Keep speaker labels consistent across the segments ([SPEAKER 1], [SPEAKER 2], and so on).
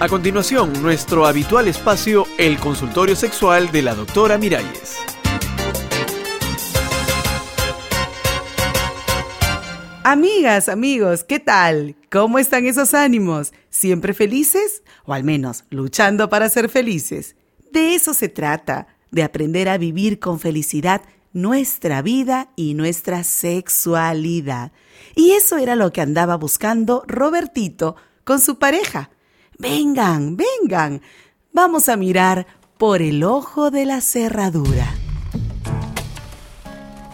[SPEAKER 1] A continuación, nuestro habitual espacio, el consultorio sexual de la doctora Miralles.
[SPEAKER 2] Amigas, amigos, ¿qué tal? ¿Cómo están esos ánimos? ¿Siempre felices? O al menos luchando para ser felices. De eso se trata, de aprender a vivir con felicidad nuestra vida y nuestra sexualidad. Y eso era lo que andaba buscando Robertito con su pareja. Vengan, vengan, vamos a mirar por el ojo de la cerradura.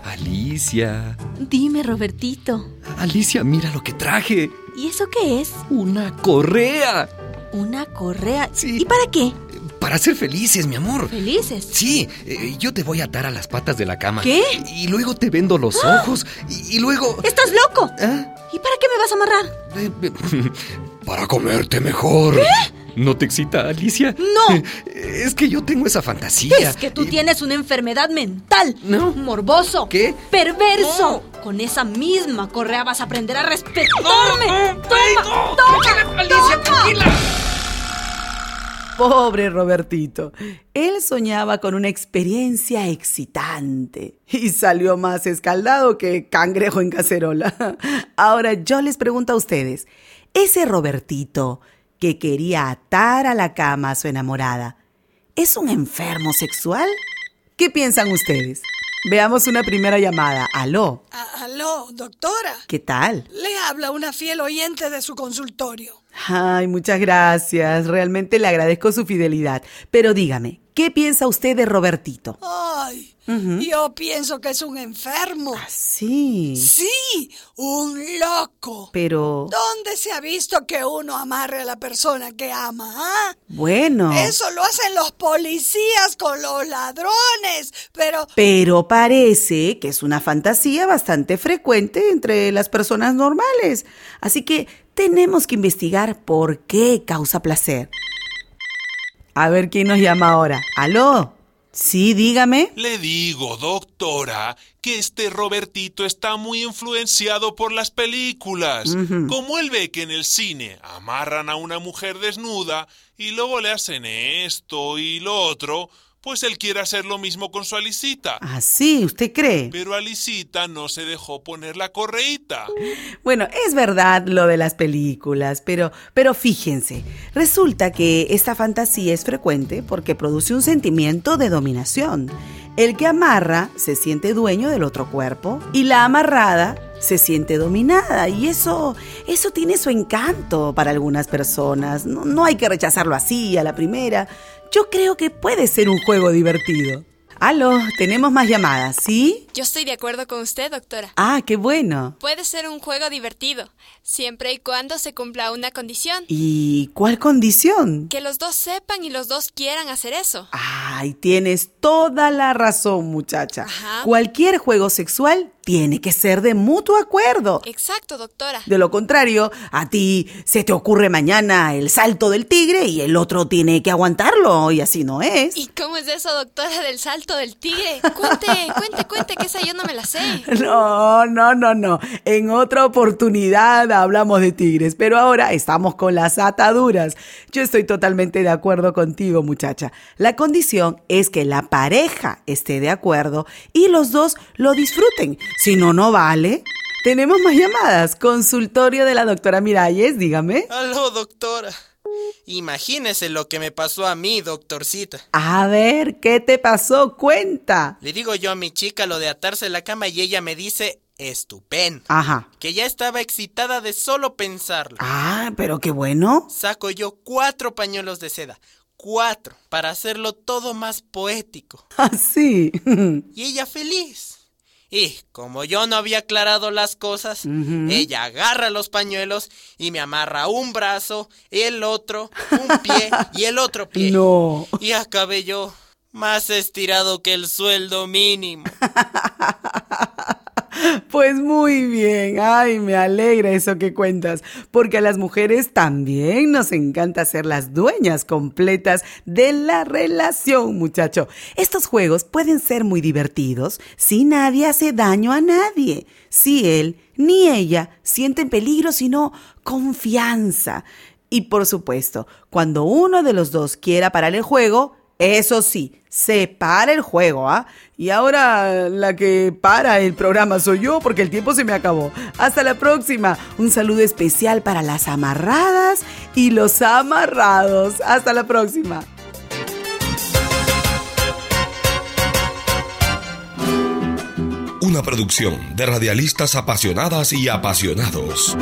[SPEAKER 3] Alicia.
[SPEAKER 4] Dime, Robertito,
[SPEAKER 3] Alicia, mira lo que traje.
[SPEAKER 4] ¿y eso qué es?
[SPEAKER 3] Una correa.
[SPEAKER 4] Una correa.
[SPEAKER 3] Sí.
[SPEAKER 4] ¿Y para qué?
[SPEAKER 3] Para ser felices, mi amor.
[SPEAKER 4] Felices.
[SPEAKER 3] Sí, eh, yo te voy a atar a las patas de la cama.
[SPEAKER 4] ¿Qué? ¡Ah!
[SPEAKER 3] Y luego te vendo los ojos. Y, y luego...
[SPEAKER 4] ¡Estás loco!
[SPEAKER 3] ¿Ah?
[SPEAKER 4] ¿Y para qué me vas a amarrar?
[SPEAKER 3] Eh, eh, Para comerte mejor. ¿No te excita, Alicia?
[SPEAKER 4] No.
[SPEAKER 3] Eh, Es que yo tengo esa fantasía.
[SPEAKER 4] Es que tú
[SPEAKER 3] Eh,
[SPEAKER 4] tienes una enfermedad mental.
[SPEAKER 3] No.
[SPEAKER 4] Morboso.
[SPEAKER 3] ¿Qué?
[SPEAKER 4] Perverso. Con esa misma correa vas a aprender a respetarme. ¡Toma! ¡Toma! ¡Toma!
[SPEAKER 2] Pobre Robertito. Él soñaba con una experiencia excitante y salió más escaldado que cangrejo en cacerola. Ahora yo les pregunto a ustedes, ese Robertito que quería atar a la cama a su enamorada, ¿es un enfermo sexual? ¿Qué piensan ustedes? Veamos una primera llamada. Aló,
[SPEAKER 5] A- Aló, doctora.
[SPEAKER 2] ¿qué tal?
[SPEAKER 5] Le habla una fiel oyente de su consultorio.
[SPEAKER 2] Ay, muchas gracias. Realmente le agradezco su fidelidad. Pero dígame, ¿qué piensa usted de Robertito?
[SPEAKER 5] Ay, yo pienso que es un enfermo.
[SPEAKER 2] Ah, Sí,
[SPEAKER 5] Sí, un loco.
[SPEAKER 2] pero
[SPEAKER 5] ¿Dónde se ha visto que uno amarre a la persona que ama? ah?
[SPEAKER 2] bueno.
[SPEAKER 5] Eso lo hacen los policías con los ladrones. Pero
[SPEAKER 2] Pero parece que es una fantasía bastante frecuente entre las personas normales. Así que tenemos que investigar por qué causa placer. A ver quién nos llama ahora. ¿Aló? Sí, dígame.
[SPEAKER 6] Le digo, doctora, que este Robertito está muy influenciado por las películas. Como él ve que en el cine amarran a una mujer desnuda y luego le hacen esto y lo otro, pues él quiere hacer lo mismo con su Alicita.
[SPEAKER 2] Ah. Así, ¿usted cree?
[SPEAKER 6] Pero Alicita no se dejó poner la correíta.
[SPEAKER 2] Bueno, es verdad lo de las películas, pero, pero fíjense, resulta que esta fantasía es frecuente porque produce un sentimiento de dominación. El que amarra se siente dueño del otro cuerpo y la amarrada se siente dominada y eso, eso tiene su encanto para algunas personas. No, no hay que rechazarlo así a la primera. Yo creo que puede ser un juego divertido. Aló, tenemos más llamadas, ¿sí?
[SPEAKER 7] Yo estoy de acuerdo con usted, doctora.
[SPEAKER 2] Ah, qué bueno.
[SPEAKER 7] Puede ser un juego divertido, siempre y cuando se cumpla una condición.
[SPEAKER 2] ¿Y cuál condición?
[SPEAKER 7] Que los dos sepan y los dos quieran hacer eso.
[SPEAKER 2] Ay, tienes toda la razón, muchacha.
[SPEAKER 7] Ajá.
[SPEAKER 2] Cualquier juego sexual tiene que ser de mutuo acuerdo.
[SPEAKER 8] Eh.
[SPEAKER 7] Exacto, doctora.
[SPEAKER 2] De lo contrario, a ti se te ocurre mañana el salto del tigre y el otro tiene que aguantarlo, y así no es.
[SPEAKER 7] ¿Y cómo es eso, doctora, del salto del tigre? Cuente, cuente, cuente, que esa yo no me la sé.
[SPEAKER 2] No, no, no, no. En otra oportunidad hablamos de tigres, pero ahora estamos con las ataduras. Yo estoy totalmente de acuerdo contigo, muchacha. La condición es que la pareja esté de acuerdo y los dos lo disfruten. Si no, no vale. Tenemos más llamadas. Consultorio de la doctora Miralles, dígame.
[SPEAKER 8] Aló, doctora. Imagínese lo que me pasó a mí, doctorcita.
[SPEAKER 2] A ver, ¿qué te pasó? Cuenta.
[SPEAKER 8] Le digo yo a mi chica lo de atarse la cama y ella me dice, estupendo.
[SPEAKER 2] Ajá.
[SPEAKER 8] Que ya estaba excitada de solo pensarlo.
[SPEAKER 2] Ah, pero qué bueno.
[SPEAKER 8] Saco yo cuatro pañuelos de seda. Cuatro. Para hacerlo todo más poético.
[SPEAKER 2] Ah, Así.
[SPEAKER 8] Y ella feliz. Y como yo no había aclarado las cosas, ella agarra los pañuelos y me amarra un brazo, el otro, un pie y el otro pie.
[SPEAKER 2] no.
[SPEAKER 8] Y acabé yo más estirado que el sueldo mínimo.
[SPEAKER 2] Pues muy bien, ay, me alegra eso que cuentas, porque a las mujeres también nos encanta ser las dueñas completas de la relación, muchacho. Estos juegos pueden ser muy divertidos si nadie hace daño a nadie, si él ni ella sienten peligro, sino confianza. Y por supuesto, cuando uno de los dos quiera parar el juego, eso sí, se para el juego, ¿ah? Y ahora la que para el programa soy yo porque el tiempo se me acabó. Hasta la próxima. Un saludo especial para las amarradas y los amarrados. Hasta la próxima.
[SPEAKER 9] Una producción de radialistas apasionadas y apasionados.